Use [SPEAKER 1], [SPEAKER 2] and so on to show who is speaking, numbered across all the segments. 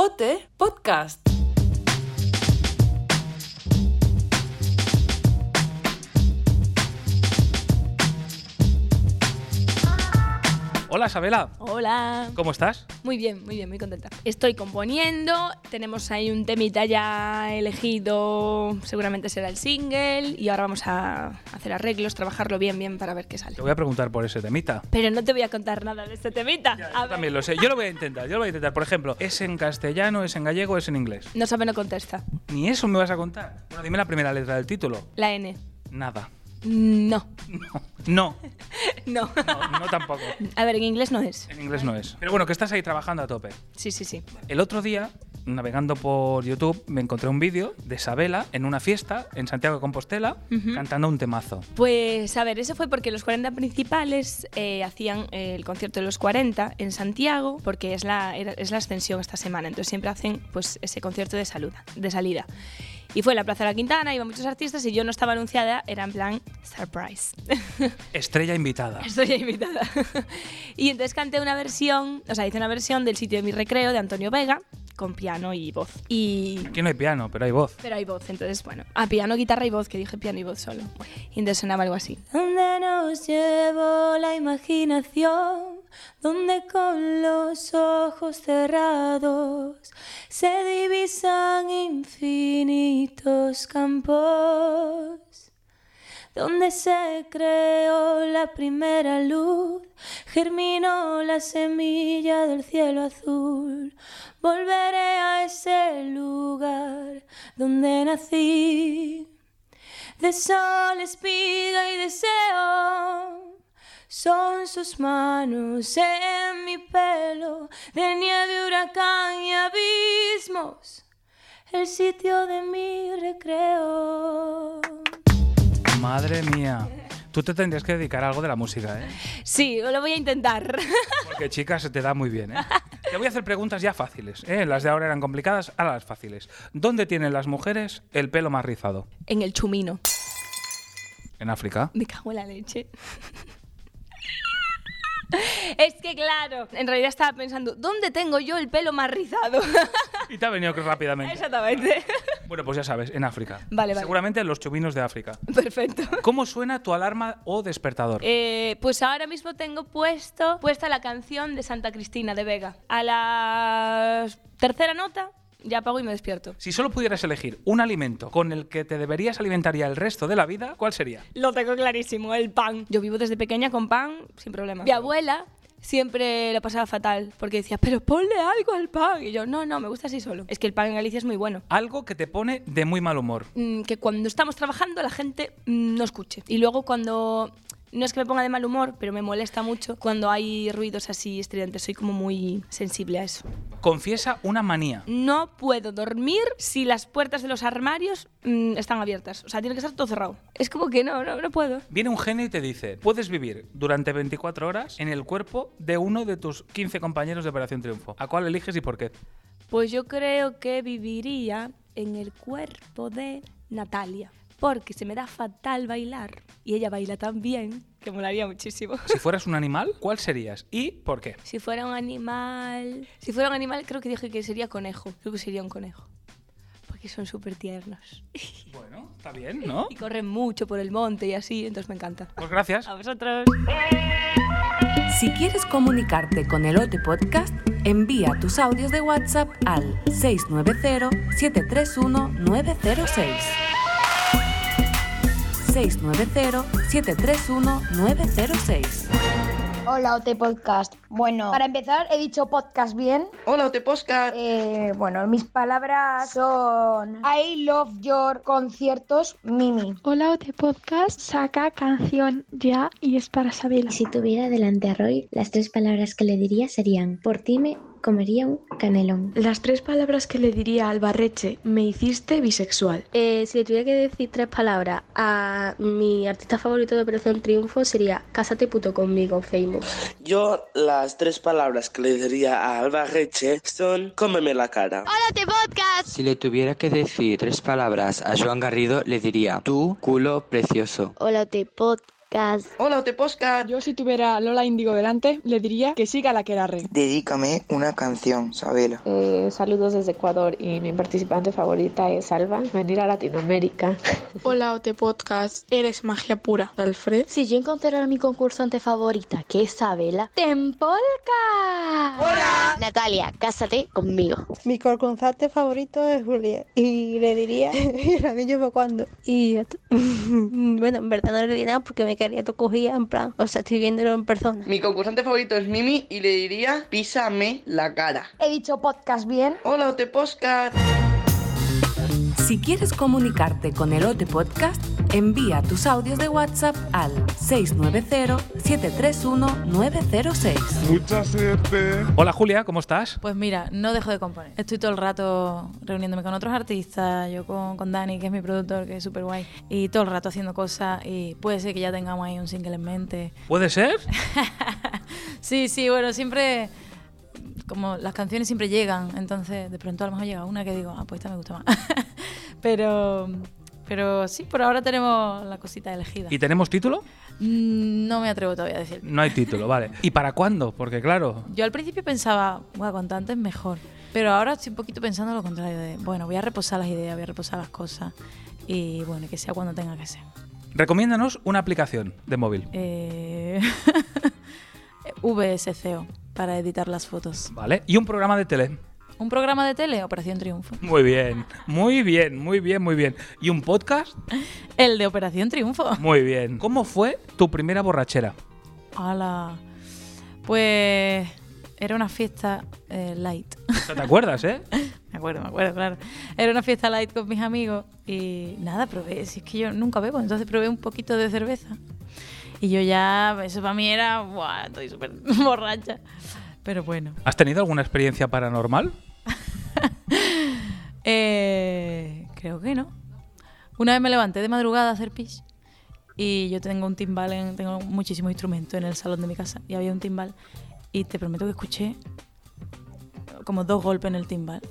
[SPEAKER 1] Debate Podcast.
[SPEAKER 2] Hola, Isabela.
[SPEAKER 3] Hola.
[SPEAKER 2] ¿Cómo estás?
[SPEAKER 3] Muy bien, muy bien, muy contenta. Estoy componiendo, tenemos ahí un temita ya elegido, seguramente será el single, y ahora vamos a hacer arreglos, trabajarlo bien, bien para ver qué sale.
[SPEAKER 2] Te voy a preguntar por ese temita.
[SPEAKER 3] Pero no te voy a contar nada de este temita.
[SPEAKER 2] Ya,
[SPEAKER 3] A
[SPEAKER 2] yo
[SPEAKER 3] ver.
[SPEAKER 2] también lo sé. Yo lo voy a intentar. Yo lo voy a intentar. Por ejemplo, ¿es en castellano, es en gallego, es en inglés?
[SPEAKER 3] No sabe, no contesta.
[SPEAKER 2] Ni eso me vas a contar. Bueno, dime la primera letra del título.
[SPEAKER 3] La N.
[SPEAKER 2] Nada.
[SPEAKER 3] No,
[SPEAKER 2] No. No.
[SPEAKER 3] no.
[SPEAKER 2] No, no tampoco.
[SPEAKER 3] A ver, en inglés no es.
[SPEAKER 2] En inglés no es. Pero bueno, que estás ahí trabajando a tope.
[SPEAKER 3] Sí, sí, sí.
[SPEAKER 2] El otro día, navegando por YouTube, me encontré un vídeo de Isabela en una fiesta en Santiago de Compostela
[SPEAKER 3] Ujú.
[SPEAKER 2] cantando un temazo.
[SPEAKER 3] Pues a ver, eso fue porque los 40 principales eh, hacían eh, el concierto de los 40 en Santiago, porque es la, era- es la ascensión esta semana, entonces siempre hacen pues, ese concierto de, saluda- de salida. Y fue en la Plaza de la Quintana, iban muchos artistas y yo no estaba anunciada, era en plan surprise.
[SPEAKER 2] Estrella invitada.
[SPEAKER 3] Estoy invitada. y entonces canté una versión, o sea, hice una versión del sitio de mi recreo de Antonio Vega, con piano y voz. Y
[SPEAKER 2] Aquí no hay piano, pero hay voz.
[SPEAKER 3] pero hay voz, entonces, bueno. Ah, piano, guitarra y voz, que dije piano y voz solo. Y entonces sonaba algo así. Donde nos llevó la imaginación, donde con los ojos cerrados se divisan infinitos campos, donde se creó la primera luz, germinó la semilla del cielo azul. Volveré a ese lugar donde nací. De sol, espiga y deseo son sus manos en mi pelo, de nieve, huracán y abismos, el sitio de mi recreo.
[SPEAKER 2] Madre mía. Tú te tendrías que dedicar a algo de la música, ¿eh?
[SPEAKER 3] Sí, lo voy a intentar.
[SPEAKER 2] Porque chicas, se te da muy bien, ¿eh? Te voy a hacer preguntas ya fáciles, ¿eh? Las de ahora eran complicadas, ahora las fáciles. ¿Dónde tienen las mujeres el pelo más rizado?
[SPEAKER 3] En el chumino.
[SPEAKER 2] ¿En África?
[SPEAKER 3] Me cago en la leche. Es que claro, en realidad estaba pensando, ¿dónde tengo yo el pelo más rizado?
[SPEAKER 2] Y te ha venido que rápidamente.
[SPEAKER 3] Exactamente.
[SPEAKER 2] Bueno, pues ya sabes, en África.
[SPEAKER 3] Vale, vale.
[SPEAKER 2] Seguramente en los chubinos de África.
[SPEAKER 3] Perfecto.
[SPEAKER 2] ¿Cómo suena tu alarma o despertador?
[SPEAKER 3] Eh, pues ahora mismo tengo puesto puesta la canción de Santa Cristina de Vega. A la tercera nota ya apago y me despierto.
[SPEAKER 2] Si solo pudieras elegir un alimento con el que te deberías alimentar ya el resto de la vida, ¿cuál sería?
[SPEAKER 3] Lo tengo clarísimo, el pan. Yo vivo desde pequeña con pan sin problema. Mi abuela siempre lo pasaba fatal porque decía, pero ponle algo al pan. Y yo, no, no, me gusta así solo. Es que el pan en Galicia es muy bueno.
[SPEAKER 2] Algo que te pone de muy mal humor.
[SPEAKER 3] Mm, que cuando estamos trabajando la gente mm, no escuche. Y luego cuando... No es que me ponga de mal humor, pero me molesta mucho cuando hay ruidos así estridentes. Soy como muy sensible a eso.
[SPEAKER 2] Confiesa una manía.
[SPEAKER 3] No puedo dormir si las puertas de los armarios mm, están abiertas. O sea, tiene que estar todo cerrado. Es como que no, no, no puedo.
[SPEAKER 2] Viene un genio y te dice, puedes vivir durante 24 horas en el cuerpo de uno de tus 15 compañeros de Operación Triunfo. ¿A cuál eliges y por qué?
[SPEAKER 3] Pues yo creo que viviría en el cuerpo de Natalia. Porque se me da fatal bailar. Y ella baila tan bien que molaría muchísimo.
[SPEAKER 2] Si fueras un animal, ¿cuál serías y por qué?
[SPEAKER 3] Si fuera un animal... Si fuera un animal, creo que dije que sería conejo. Creo que sería un conejo. Porque son súper tiernos.
[SPEAKER 2] Bueno, está bien, ¿no?
[SPEAKER 3] Y corren mucho por el monte y así, entonces me encanta.
[SPEAKER 2] Pues gracias.
[SPEAKER 3] A vosotros.
[SPEAKER 1] Si quieres comunicarte con el Ote Podcast, envía tus audios de WhatsApp al 690-731-906. 690-731-906.
[SPEAKER 4] Hola, OT Podcast. Bueno, para empezar, he dicho podcast bien.
[SPEAKER 5] Hola, Oteposca.
[SPEAKER 4] Eh, bueno, mis palabras son I love your conciertos, Mimi.
[SPEAKER 6] Hola OT Podcast saca canción ya y es para Sabela.
[SPEAKER 7] Si tuviera delante a Roy, las tres palabras que le diría serían: Por ti me comería un canelón.
[SPEAKER 8] Las tres palabras que le diría a Albarreche, me hiciste bisexual.
[SPEAKER 9] Eh, si le tuviera que decir tres palabras a mi artista favorito de Operación Triunfo sería Cásate puto conmigo, famous.
[SPEAKER 10] Yo las tres palabras que le diría a Alba Reche son cómeme la cara.
[SPEAKER 11] Si le tuviera que decir tres palabras a Joan Garrido, le diría, tú, culo precioso.
[SPEAKER 7] Hola, te podcast.
[SPEAKER 5] Podcast. Hola, Otepodcast. Yo si tuviera a Lola Índigo delante, le diría que siga la que la re.
[SPEAKER 12] Dedícame una canción, Sabela.
[SPEAKER 13] saludos desde Ecuador y mi participante favorita es Alba. Venir a Latinoamérica.
[SPEAKER 8] Hola, Ote Podcast. Eres magia pura. Alfred.
[SPEAKER 14] Si yo encontrara a mi concursante favorita, que es Sabela, ¡Tempolca! ¡Hola! Natalia, cásate conmigo.
[SPEAKER 15] Mi concursante favorito es Julia. Y le diría, el anillo para cuando. Y ya está. bueno, en verdad no le diría nada porque me quedaría todo cogida en plan, o sea, estoy viéndolo en persona.
[SPEAKER 5] Mi concursante favorito es Mimi y le diría, písame la cara.
[SPEAKER 4] He dicho podcast bien.
[SPEAKER 5] Hola, Oteposca.
[SPEAKER 1] Si quieres comunicarte con el Ote Podcast, envía tus audios de WhatsApp al 690-731-906.
[SPEAKER 16] Mucha suerte.
[SPEAKER 2] Hola Julia, ¿cómo estás?
[SPEAKER 17] Pues mira, no dejo de componer. Estoy todo el rato reuniéndome con otros artistas, yo con, con Dani, que es mi productor, que es súper guay, y todo el rato haciendo cosas y puede ser que ya tengamos ahí un single en mente.
[SPEAKER 2] ¿Puede ser?
[SPEAKER 17] Sí, sí, bueno, siempre... Como las canciones siempre llegan, entonces de pronto a lo mejor llega una que digo, ah, pues esta me gusta más. pero, pero sí, por ahora tenemos la cosita elegida.
[SPEAKER 2] ¿Y tenemos título?
[SPEAKER 17] Mm, No me atrevo todavía a decir.
[SPEAKER 2] No hay título, vale. ¿Y para cuándo? Porque claro,
[SPEAKER 17] Yo al principio pensaba, bueno, cuanto antes mejor. Pero ahora estoy un poquito pensando lo contrario, de, bueno, voy a reposar las ideas, voy a reposar las cosas y bueno, que sea cuando tenga que ser.
[SPEAKER 2] recomiéndanos una aplicación de móvil.
[SPEAKER 17] Eh, VSCO para editar las fotos.
[SPEAKER 2] ¿Vale? Y un programa de tele.
[SPEAKER 17] Un programa de tele, Operación Triunfo.
[SPEAKER 2] Muy bien, muy bien, muy bien, muy bien. ¿Y un podcast?
[SPEAKER 17] El de Operación Triunfo.
[SPEAKER 2] Muy bien. ¿Cómo fue tu primera borrachera?
[SPEAKER 17] ¡Hala! Pues era una fiesta eh, light.
[SPEAKER 2] No te acuerdas, ¿eh?
[SPEAKER 17] Me acuerdo, me acuerdo, claro. Era una fiesta light con mis amigos y nada, probé. Si es que yo nunca bebo, entonces probé un poquito de cerveza. Y yo ya, eso para mí era, ¡buah! Estoy súper borracha. Pero bueno.
[SPEAKER 2] ¿Has tenido alguna experiencia paranormal?
[SPEAKER 17] Eh, creo que no. Una vez me levanté de madrugada a hacer pis y yo tengo un timbal, en- tengo muchísimos instrumentos en el salón de mi casa y había un timbal y te prometo que escuché como dos golpes en el timbal.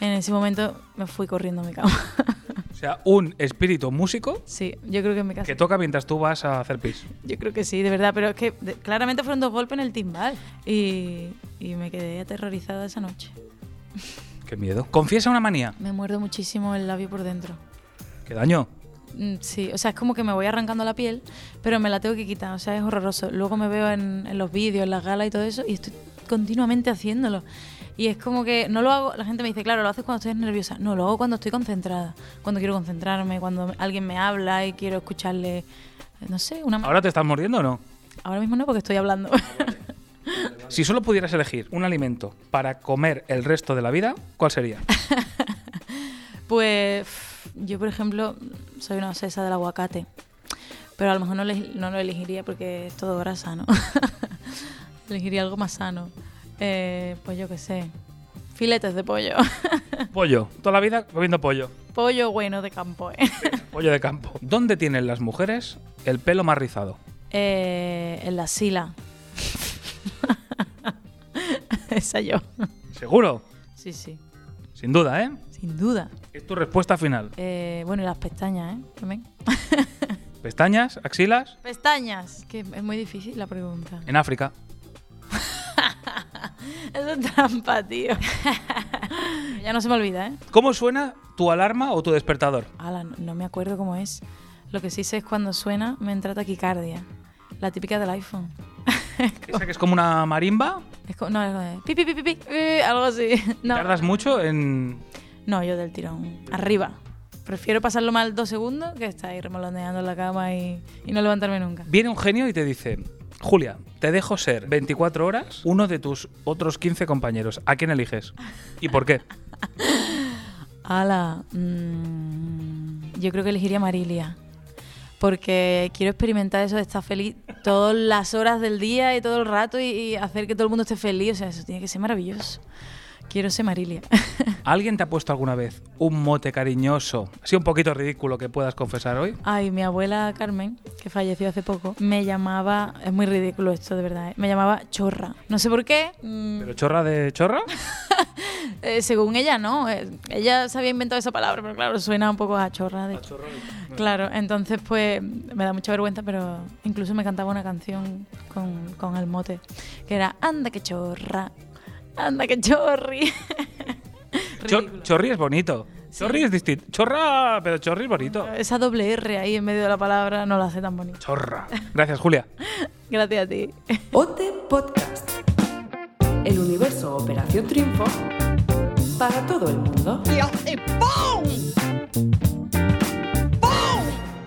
[SPEAKER 17] En ese momento me fui corriendo a mi cama.
[SPEAKER 2] O sea, un espíritu músico
[SPEAKER 17] Sí, yo creo que en mi casa.
[SPEAKER 2] que toca mientras tú vas a hacer pis.
[SPEAKER 17] Yo creo que sí, de verdad, pero es que de- claramente fueron dos golpes en el timbal y, y me quedé aterrorizada esa noche.
[SPEAKER 2] Qué miedo. Confiesa una manía.
[SPEAKER 17] Me muerdo muchísimo el labio por dentro.
[SPEAKER 2] Qué daño.
[SPEAKER 17] Mm, Sí, o sea, es como que me voy arrancando la piel, pero me la tengo que quitar, o sea, es horroroso. Luego me veo en, en los vídeos, en las galas y todo eso, y estoy continuamente haciéndolo. Y es como que no lo hago, la gente me dice, claro, lo haces cuando estoy nerviosa. No, lo hago cuando estoy concentrada, cuando quiero concentrarme, cuando alguien me habla y quiero escucharle, eh, no sé, una... ma-
[SPEAKER 2] ¿Ahora te estás mordiendo o no?
[SPEAKER 17] Ahora mismo no, porque estoy hablando.
[SPEAKER 2] Si solo pudieras elegir un alimento para comer el resto de la vida, ¿cuál sería?
[SPEAKER 17] Pues pf, yo, por ejemplo, soy una obsesa del aguacate. Pero a lo mejor no, le- no lo elegiría porque es todo grasa, ¿no? elegiría algo más sano. Eh, pues yo qué sé. Filetes de pollo.
[SPEAKER 2] Pollo. Toda la vida comiendo pollo.
[SPEAKER 17] pollo bueno de campo, ¿eh?
[SPEAKER 2] Pollo de campo. ¿Dónde tienen las mujeres el pelo más rizado?
[SPEAKER 17] Eh, en la sila. Esa yo.
[SPEAKER 2] Seguro.
[SPEAKER 17] Sí, sí.
[SPEAKER 2] Sin duda, ¿eh?
[SPEAKER 17] Sin duda.
[SPEAKER 2] Es tu respuesta final.
[SPEAKER 17] Eh, bueno, y las pestañas, ¿eh? También.
[SPEAKER 2] Pestañas, axilas,
[SPEAKER 17] Pestañas. Que es muy difícil la pregunta.
[SPEAKER 2] en África.
[SPEAKER 17] Eso es trampa, tío. ya no se me olvida, ¿eh?
[SPEAKER 2] ¿Cómo suena tu alarma o tu despertador?
[SPEAKER 17] Ala, no, no me acuerdo cómo es. Lo que sí sé es cuando suena me entra taquicardia. La típica del iPhone.
[SPEAKER 2] Esa que es como una marimba.
[SPEAKER 17] Es como, no, es como de pi, pi, pi, pi, pi, eh, algo así. No.
[SPEAKER 2] Tardas mucho en.
[SPEAKER 17] no, yo del tirón. Arriba. Prefiero pasarlo mal dos segundos que estar ahí remoloneando en la cama y, y no levantarme nunca.
[SPEAKER 2] Viene un genio y te dice: Julia, te dejo ser 24 horas uno de tus otros 15 compañeros. ¿A quién eliges? ¿Y por qué?
[SPEAKER 17] Ala, mm, yo creo que elegiría Marilia. Porque quiero experimentar eso de estar feliz todas las horas del día y todo el rato y, y hacer que todo el mundo esté feliz. O sea, eso tiene que ser maravilloso. Quiero ser Marilia.
[SPEAKER 2] ¿Alguien te ha puesto alguna vez un mote cariñoso, así un poquito ridículo que puedas confesar hoy?
[SPEAKER 17] Ay, mi abuela Carmen, que falleció hace poco, me llamaba. Es muy ridículo esto, de verdad. ¿eh? Me llamaba Chorra. No sé por qué. mm,
[SPEAKER 2] ¿Pero chorra de chorra?
[SPEAKER 17] Eh, según ella, no. Eh, ella se había inventado esa palabra, pero claro, suena un poco a chorra. de- Claro, entonces pues me da mucha vergüenza, pero incluso me cantaba una canción con, con el mote, que era Anda que chorra, anda que chorri.
[SPEAKER 2] Chor- chorri es bonito. Chorri es distinto. Chorra, pero chorri es bonito.
[SPEAKER 17] Esa doble R ahí en medio de la palabra no la hace tan bonita.
[SPEAKER 2] Chorra. Gracias, Julia.
[SPEAKER 17] Gracias a ti.
[SPEAKER 1] Ote Podcast. El universo Operación Triunfo para todo el mundo.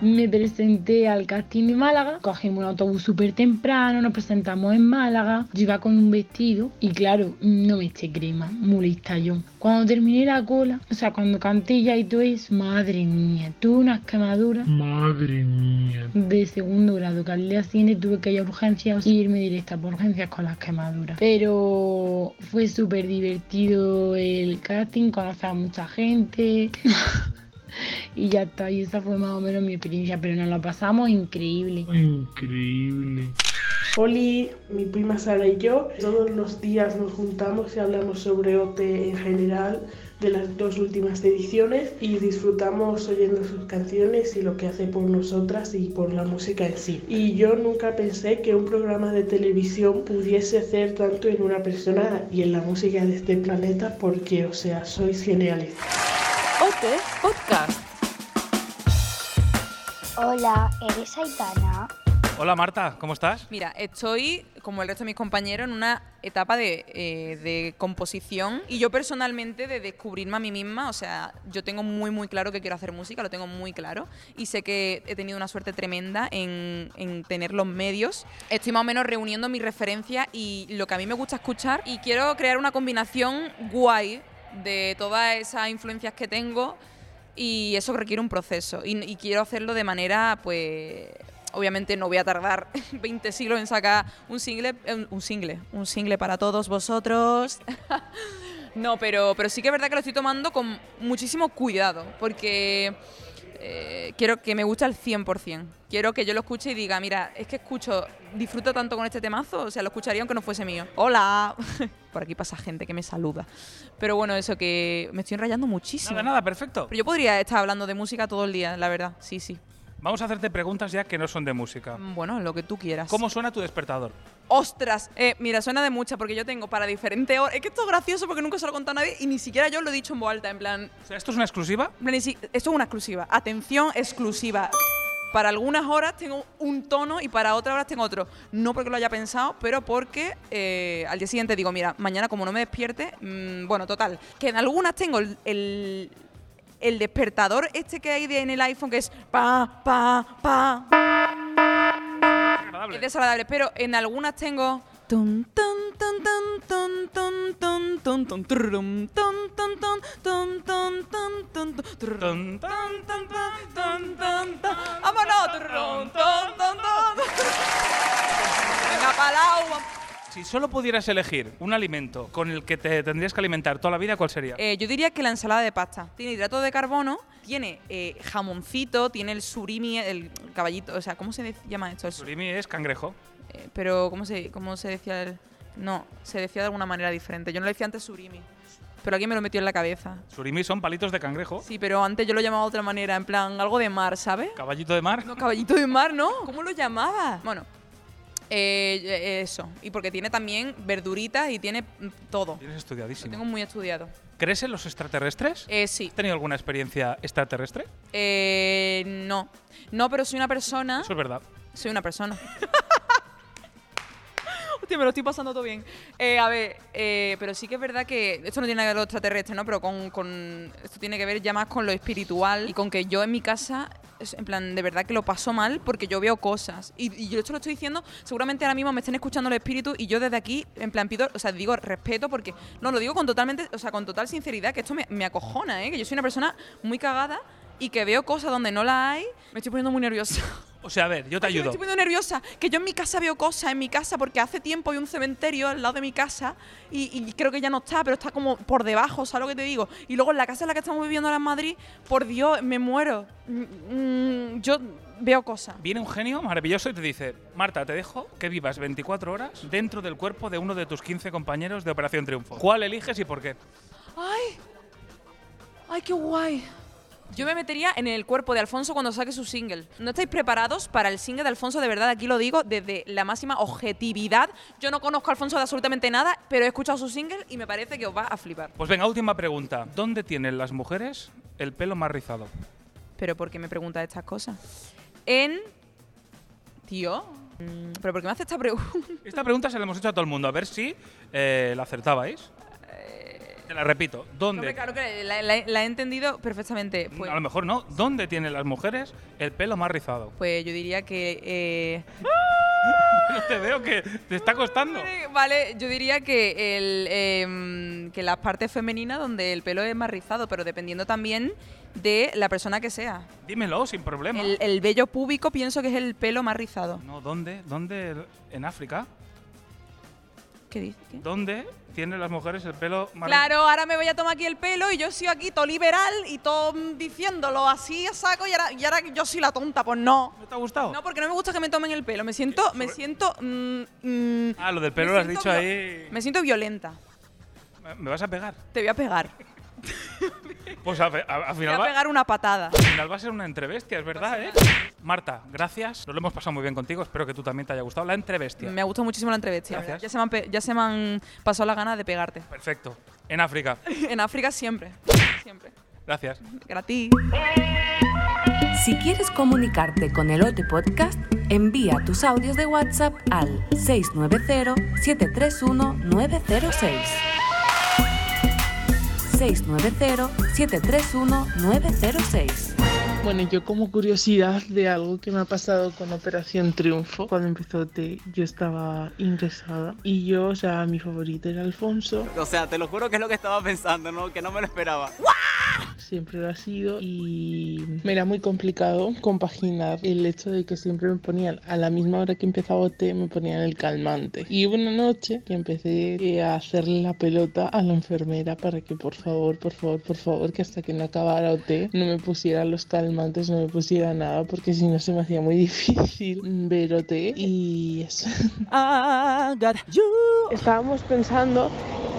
[SPEAKER 18] Me presenté al casting de Málaga, cogimos un autobús súper temprano, nos presentamos en Málaga, yo iba con un vestido y claro, no me eché crema, muy listallón. Cuando terminé la cola, o sea, cuando canté ya y todo eso, madre mía, tuve unas quemaduras
[SPEAKER 11] Madre mía.
[SPEAKER 18] de segundo grado, que al día siguiente tuve que ir a urgencias y irme directa por urgencias con las quemaduras. Pero fue súper divertido el casting, conocí a mucha gente. y ya está. Y esa fue más o menos mi experiencia, pero nos la pasamos increíble.
[SPEAKER 11] Increíble.
[SPEAKER 5] Oli, mi prima Sara y yo, todos los días nos juntamos y hablamos sobre OT en general de las dos últimas ediciones y disfrutamos oyendo sus canciones y lo que hace por nosotras y por la música en sí. Y yo nunca pensé que un programa de televisión pudiese hacer tanto en una persona y en la música de este planeta porque, o sea, sois geniales.
[SPEAKER 1] Ote Podcast.
[SPEAKER 19] Hola, ¿eres Aitana?
[SPEAKER 2] Hola, Marta, ¿cómo estás?
[SPEAKER 20] Mira, estoy, como el resto de mis compañeros, en una etapa de, eh, de composición y yo personalmente de descubrirme a mí misma. O sea, yo tengo muy, muy claro que quiero hacer música, lo tengo muy claro y sé que he tenido una suerte tremenda en, en tener los medios. Estoy más o menos reuniendo mis referencias y lo que a mí me gusta escuchar y quiero crear una combinación guay de todas esas influencias que tengo y eso requiere un proceso y, y quiero hacerlo de manera pues obviamente no voy a tardar 20 siglos en sacar un single eh, un single un single para todos vosotros no pero pero sí que es verdad que lo estoy tomando con muchísimo cuidado porque eh, quiero que me guste al 100%. Quiero que yo lo escuche y diga, mira, es que escucho, disfruto tanto con este temazo, o sea, lo escucharía aunque no fuese mío. Hola. Por aquí pasa gente que me saluda. Pero bueno, eso que me estoy enrayando muchísimo.
[SPEAKER 2] Nada, nada, perfecto.
[SPEAKER 20] Pero yo podría estar hablando de música todo el día, la verdad. Sí, sí.
[SPEAKER 2] Vamos a hacerte preguntas ya que no son de música.
[SPEAKER 20] Bueno, lo que tú quieras.
[SPEAKER 2] ¿Cómo suena tu despertador?
[SPEAKER 20] Ostras, eh, mira, suena de mucha porque yo tengo para diferente hora. Es que esto es gracioso porque nunca se lo he contado a nadie y ni siquiera yo lo he dicho en voz alta, en plan.
[SPEAKER 2] ¿Esto es una exclusiva?
[SPEAKER 20] En plan, ni si- Esto es una exclusiva. Atención, exclusiva. Para algunas horas tengo un tono y para otras horas tengo otro. No porque lo haya pensado, pero porque eh, al día siguiente digo, mira, mañana como no me despierte, mm, bueno, total. Que en algunas tengo el, el, el despertador este que hay de- en el iPhone que es pa, pa, pa. Es desagradable, pero en algunas tengo... Tum, tum, tum, tum, tum, tum, tum, tum, tum, turrum, tum, tum, tum, tum, tum, tum, tum, tum, turrum, tum, tum, tum, tum, tum, tum. ¡Vámonos! Turrum, tum, tum, tum. Venga, palau.
[SPEAKER 2] Si solo pudieras elegir un alimento con el que te tendrías que alimentar toda la vida, ¿cuál sería?
[SPEAKER 20] Eh, yo diría que la ensalada de pasta. Tiene hidrato de carbono, tiene eh, jamoncito, tiene el surimi, el caballito, o sea, ¿cómo se de- llama esto? El su-
[SPEAKER 2] Surimi es cangrejo.
[SPEAKER 20] eh, pero, ¿cómo se, ¿cómo se decía el...? No, se decía de alguna manera diferente. Yo no le decía antes surimi, pero alguien me lo metió en la cabeza.
[SPEAKER 2] Surimi son palitos de cangrejo.
[SPEAKER 20] Sí, pero antes yo lo llamaba de otra manera, en plan algo de mar, ¿sabes?
[SPEAKER 2] Caballito de mar.
[SPEAKER 20] No, caballito de mar, ¿no? ¿Cómo lo llamaba? Bueno, eh, eh, eso. Y porque tiene también verduritas y tiene mm, todo.
[SPEAKER 2] Tienes estudiadísimo.
[SPEAKER 20] Tengo muy estudiado.
[SPEAKER 2] ¿Crees en los extraterrestres?
[SPEAKER 20] Eh, sí.
[SPEAKER 2] ¿Has tenido alguna experiencia extraterrestre?
[SPEAKER 20] Eh, no. No, pero soy una persona.
[SPEAKER 2] Eso es verdad.
[SPEAKER 20] Soy una persona. Hostia, me lo estoy pasando todo bien. Eh, a ver, eh, pero sí que es verdad que esto no tiene nada que ver con lo extraterrestre, ¿no? Pero con, con- Esto tiene que ver ya más con lo espiritual y con que yo en mi casa. es- En plan, de verdad que lo paso mal porque yo veo cosas. Y, y yo esto lo estoy diciendo, seguramente ahora mismo me estén escuchando el espíritu y yo desde aquí, en plan, pido, o sea, digo respeto porque, no, lo digo con totalmente, o sea, con total sinceridad, que esto me, me acojona, ¿eh? Que yo soy una persona muy cagada y que veo cosas donde no las hay. Me estoy poniendo muy nerviosa.
[SPEAKER 2] O sea, a ver, yo te
[SPEAKER 20] Yo me
[SPEAKER 2] ayudo.
[SPEAKER 20] estoy poniendo nerviosa, que yo en mi casa veo cosas, en mi casa, porque hace tiempo hay un cementerio al lado de mi casa y, y creo que ya no está, pero está como por debajo, ¿sabes lo que te digo? Y luego en la casa en la que estamos viviendo ahora en Madrid, por Dios, me muero. Mm, mm, yo veo cosas.
[SPEAKER 2] Viene un genio maravilloso y te dice, Marta, te dejo que vivas 24 horas dentro del cuerpo de uno de tus 15 compañeros de Operación Triunfo. ¿Cuál eliges y por qué?
[SPEAKER 20] ¡Ay! ¡Ay, qué guay! Yo me metería en el cuerpo de Alfonso cuando saque su single. ¿No estáis preparados para el single de Alfonso? De verdad, aquí lo digo desde la máxima objetividad. Yo no conozco a Alfonso de absolutamente nada, pero he escuchado su single y me parece que os va a flipar.
[SPEAKER 2] Pues venga, última pregunta. ¿Dónde tienen las mujeres el pelo más rizado?
[SPEAKER 20] ¿Pero por qué me preguntas estas cosas? En... Tío. mm, ¿Pero por qué me hace esta pregunta?
[SPEAKER 2] Esta pregunta se la hemos hecho a todo el mundo, a ver si eh, la acertabais.
[SPEAKER 20] Eh,
[SPEAKER 2] Te la repito. ¿Dónde?
[SPEAKER 20] Hombre, claro que la, la- la he entendido perfectamente. Pues,
[SPEAKER 2] Mm, A lo mejor no. ¿Dónde tienen las mujeres el pelo más rizado?
[SPEAKER 20] pues yo diría que... eh,
[SPEAKER 2] No te veo que te está costando.
[SPEAKER 20] Vale, yo diría que el em, que las partes femeninas donde el pelo es más rizado, pero dependiendo también de la persona que sea.
[SPEAKER 2] Dímelo sin problema.
[SPEAKER 20] El, el vello púbico pienso que es el pelo más rizado.
[SPEAKER 2] No, ¿dónde? ¿Dónde en África?
[SPEAKER 20] ¿Qué dices?
[SPEAKER 2] ¿Dónde tienen las mujeres el pelo más
[SPEAKER 20] Claro, ahora me voy a tomar aquí el pelo y yo soy aquí todo liberal y todo mm, diciéndolo así a saco y ahora, y ahora yo soy la tonta, pues no.
[SPEAKER 2] ¿No te ha gustado?
[SPEAKER 20] No, porque no me gusta que me tomen el pelo. Me siento, me siento, mm, mm,
[SPEAKER 2] Ah, lo del pelo
[SPEAKER 20] Me
[SPEAKER 2] lo has
[SPEAKER 20] siento
[SPEAKER 2] dicho
[SPEAKER 20] vio-
[SPEAKER 2] ahí.
[SPEAKER 20] me siento violenta.
[SPEAKER 2] ¿Me vas a pegar?
[SPEAKER 20] Te voy a pegar.
[SPEAKER 2] Pues al
[SPEAKER 20] Te voy
[SPEAKER 2] final
[SPEAKER 20] a
[SPEAKER 2] va,
[SPEAKER 20] pegar una patada.
[SPEAKER 2] al final va a ser una entrevestia, es verdad, ¿eh? Marta, gracias. Nos lo hemos pasado muy bien contigo. Espero que tú también te haya gustado la entrevestia.
[SPEAKER 20] Me ha gustado muchísimo la entrevista.
[SPEAKER 2] Gracias.
[SPEAKER 20] Ya se, me han pe- ya se me han pasado las ganas de pegarte.
[SPEAKER 2] Perfecto. En África.
[SPEAKER 20] en África siempre.
[SPEAKER 2] Gracias.
[SPEAKER 20] Gratis.
[SPEAKER 1] Si quieres comunicarte con el Ote Podcast, envía tus audios de WhatsApp al 690-731-906. 690-731-906.
[SPEAKER 16] Bueno, yo como curiosidad de algo que me ha pasado con Operación Triunfo, cuando empezó T, yo estaba ingresada y yo, o sea, mi favorito era Alfonso,
[SPEAKER 3] O sea, te lo juro que es lo que estaba pensando, ¿no? Que no me lo esperaba.
[SPEAKER 16] siempre lo ha sido y me era muy complicado compaginar el hecho de que siempre me ponían a la misma hora que empezaba T, me ponían el calmante. Y hubo una noche que empecé eh, a hacerle la pelota a la enfermera para que por favor, por favor, por favor, que hasta que no acabara OT no me pusiera los calmantes, no me pusiera nada, porque si no se me hacía muy difícil ver OT y eso.
[SPEAKER 20] Ah,
[SPEAKER 5] Estábamos pensando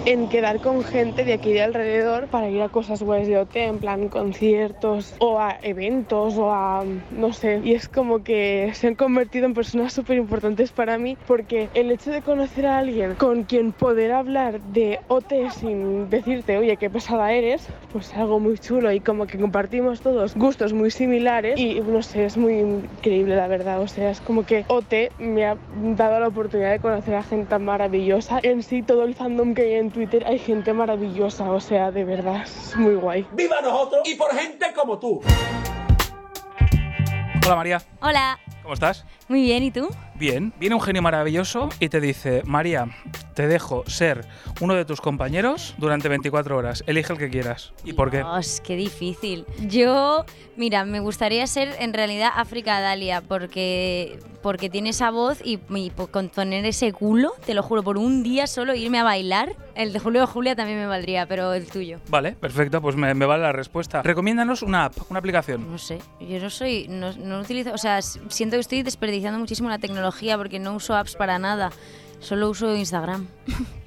[SPEAKER 5] en quedar con gente de aquí de alrededor para ir a cosas guays de OT, en plan conciertos o a eventos o a no sé. Y es como que se han convertido en personas súper importantes para mí porque el hecho de conocer a alguien con quien poder hablar de OT sin decirte, oye, qué pesada eres, pues algo muy chulo y como que compartimos todos gustos muy similares y no sé, es muy increíble la verdad, o sea, es como que OT me ha dado la oportunidad de conocer a gente tan maravillosa, en sí todo el fandom que hay en Twitter hay gente maravillosa, o sea, de verdad es muy guay.
[SPEAKER 21] ¡Viva nosotros y por gente como tú!
[SPEAKER 2] Hola, María.
[SPEAKER 22] Hola,
[SPEAKER 2] ¿Cómo estás?
[SPEAKER 22] muy bien, ¿y tú?
[SPEAKER 2] Bien. Viene un genio maravilloso y te dice, María, te dejo ser uno de tus compañeros durante 24 horas. Elige el que quieras. ¿Y por qué?
[SPEAKER 22] Dios, qué difícil. Yo, mira, me gustaría ser en realidad África Dalia porque, porque tiene esa voz y, y po- con tener ese culo, te lo juro, por un día solo irme a bailar. El de Julio o Julia también me valdría, pero el tuyo.
[SPEAKER 2] Vale, perfecto, pues me, me vale la respuesta. Recomiéndanos una app, una aplicación.
[SPEAKER 22] No sé, yo no soy, no, no utilizo, o sea, s- siento que estoy desperdiciando muchísimo la tecnología porque no uso apps para nada, solo uso Instagram.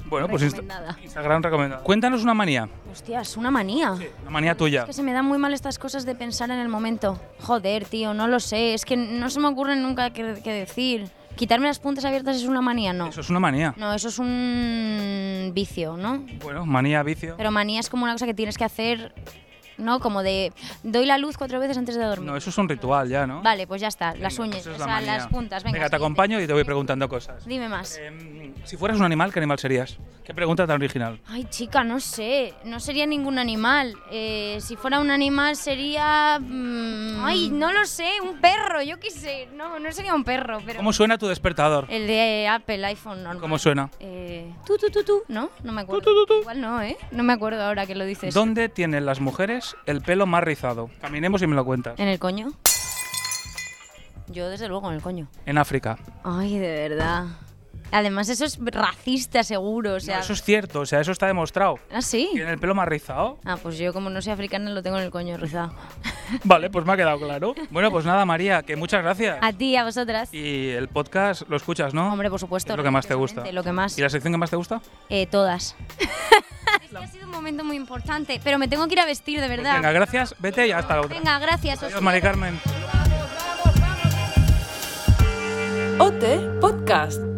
[SPEAKER 2] Bueno, pues Insta-
[SPEAKER 22] Recomendada.
[SPEAKER 2] Instagram recomendado. Cuéntanos una manía,
[SPEAKER 22] Hostia, es una manía.
[SPEAKER 2] una manía tuya.
[SPEAKER 22] Es que se me dan muy mal estas cosas de pensar en el momento. Joder, tío, no lo sé. Es que no se me ocurre nunca qué, qué decir. Quitarme las puntas abiertas es una manía, no.
[SPEAKER 2] Eso es una manía.
[SPEAKER 22] No, eso es un vicio, ¿no?
[SPEAKER 2] Bueno, manía, vicio.
[SPEAKER 22] Pero manía es como una cosa que tienes que hacer, ¿no? Como de doy la luz cuatro veces antes de dormir.
[SPEAKER 2] No, eso es un ritual ya, ¿no?
[SPEAKER 22] Vale, pues ya está, las
[SPEAKER 2] Venga,
[SPEAKER 22] uñas,
[SPEAKER 2] esa es
[SPEAKER 22] o
[SPEAKER 2] la
[SPEAKER 22] sea,
[SPEAKER 2] manía.
[SPEAKER 22] las puntas, venga.
[SPEAKER 2] te
[SPEAKER 22] siguiente.
[SPEAKER 2] acompaño y te voy preguntando cosas. Em,
[SPEAKER 22] Dime más.
[SPEAKER 2] Si fueras un animal, ¿qué animal serías? Qué pregunta tan original.
[SPEAKER 22] Ay, chica, no sé. No sería ningún animal. Eh, si fuera un animal sería... mm, ay, no lo sé, un perro, yo qué sé. No, no sería un perro, pero...
[SPEAKER 2] ¿Cómo suena tu despertador?
[SPEAKER 22] El de Apple, iPhone normal.
[SPEAKER 2] ¿Cómo suena?
[SPEAKER 22] Eh, tú, tú, tú, tú. No, no me acuerdo. Igual no, ¿eh? No me acuerdo ahora que lo dices.
[SPEAKER 2] ¿Dónde tienen las mujeres el pelo más rizado? Caminemos y me lo cuentas.
[SPEAKER 22] ¿En el coño? Yo, desde luego, en el coño.
[SPEAKER 2] En África.
[SPEAKER 22] Ay, de verdad. Además, eso es racista, seguro. O sea,
[SPEAKER 2] Eso es cierto, o sea, eso está demostrado.
[SPEAKER 22] ¿Ah, sí?
[SPEAKER 2] ¿Tienen el pelo más rizado?
[SPEAKER 22] Ah, pues yo, como no soy africana, lo tengo en el coño rizado.
[SPEAKER 2] Vale, pues me ha quedado claro. Bueno, pues nada, María, que muchas gracias.
[SPEAKER 22] A ti, a vosotras.
[SPEAKER 2] Y el podcast lo escuchas, ¿no?
[SPEAKER 22] Hombre, por supuesto.
[SPEAKER 2] Es lo que más te gusta.
[SPEAKER 22] Lo que más.
[SPEAKER 2] ¿Y la sección que más te gusta?
[SPEAKER 22] Eh, todas. es que ha sido un momento muy importante, pero me tengo que ir a vestir, de verdad.
[SPEAKER 2] Venga, gracias, vete y hasta la otra.
[SPEAKER 22] Venga, gracias. os
[SPEAKER 2] Adiós, Mari Carmen.
[SPEAKER 1] OT Podcast.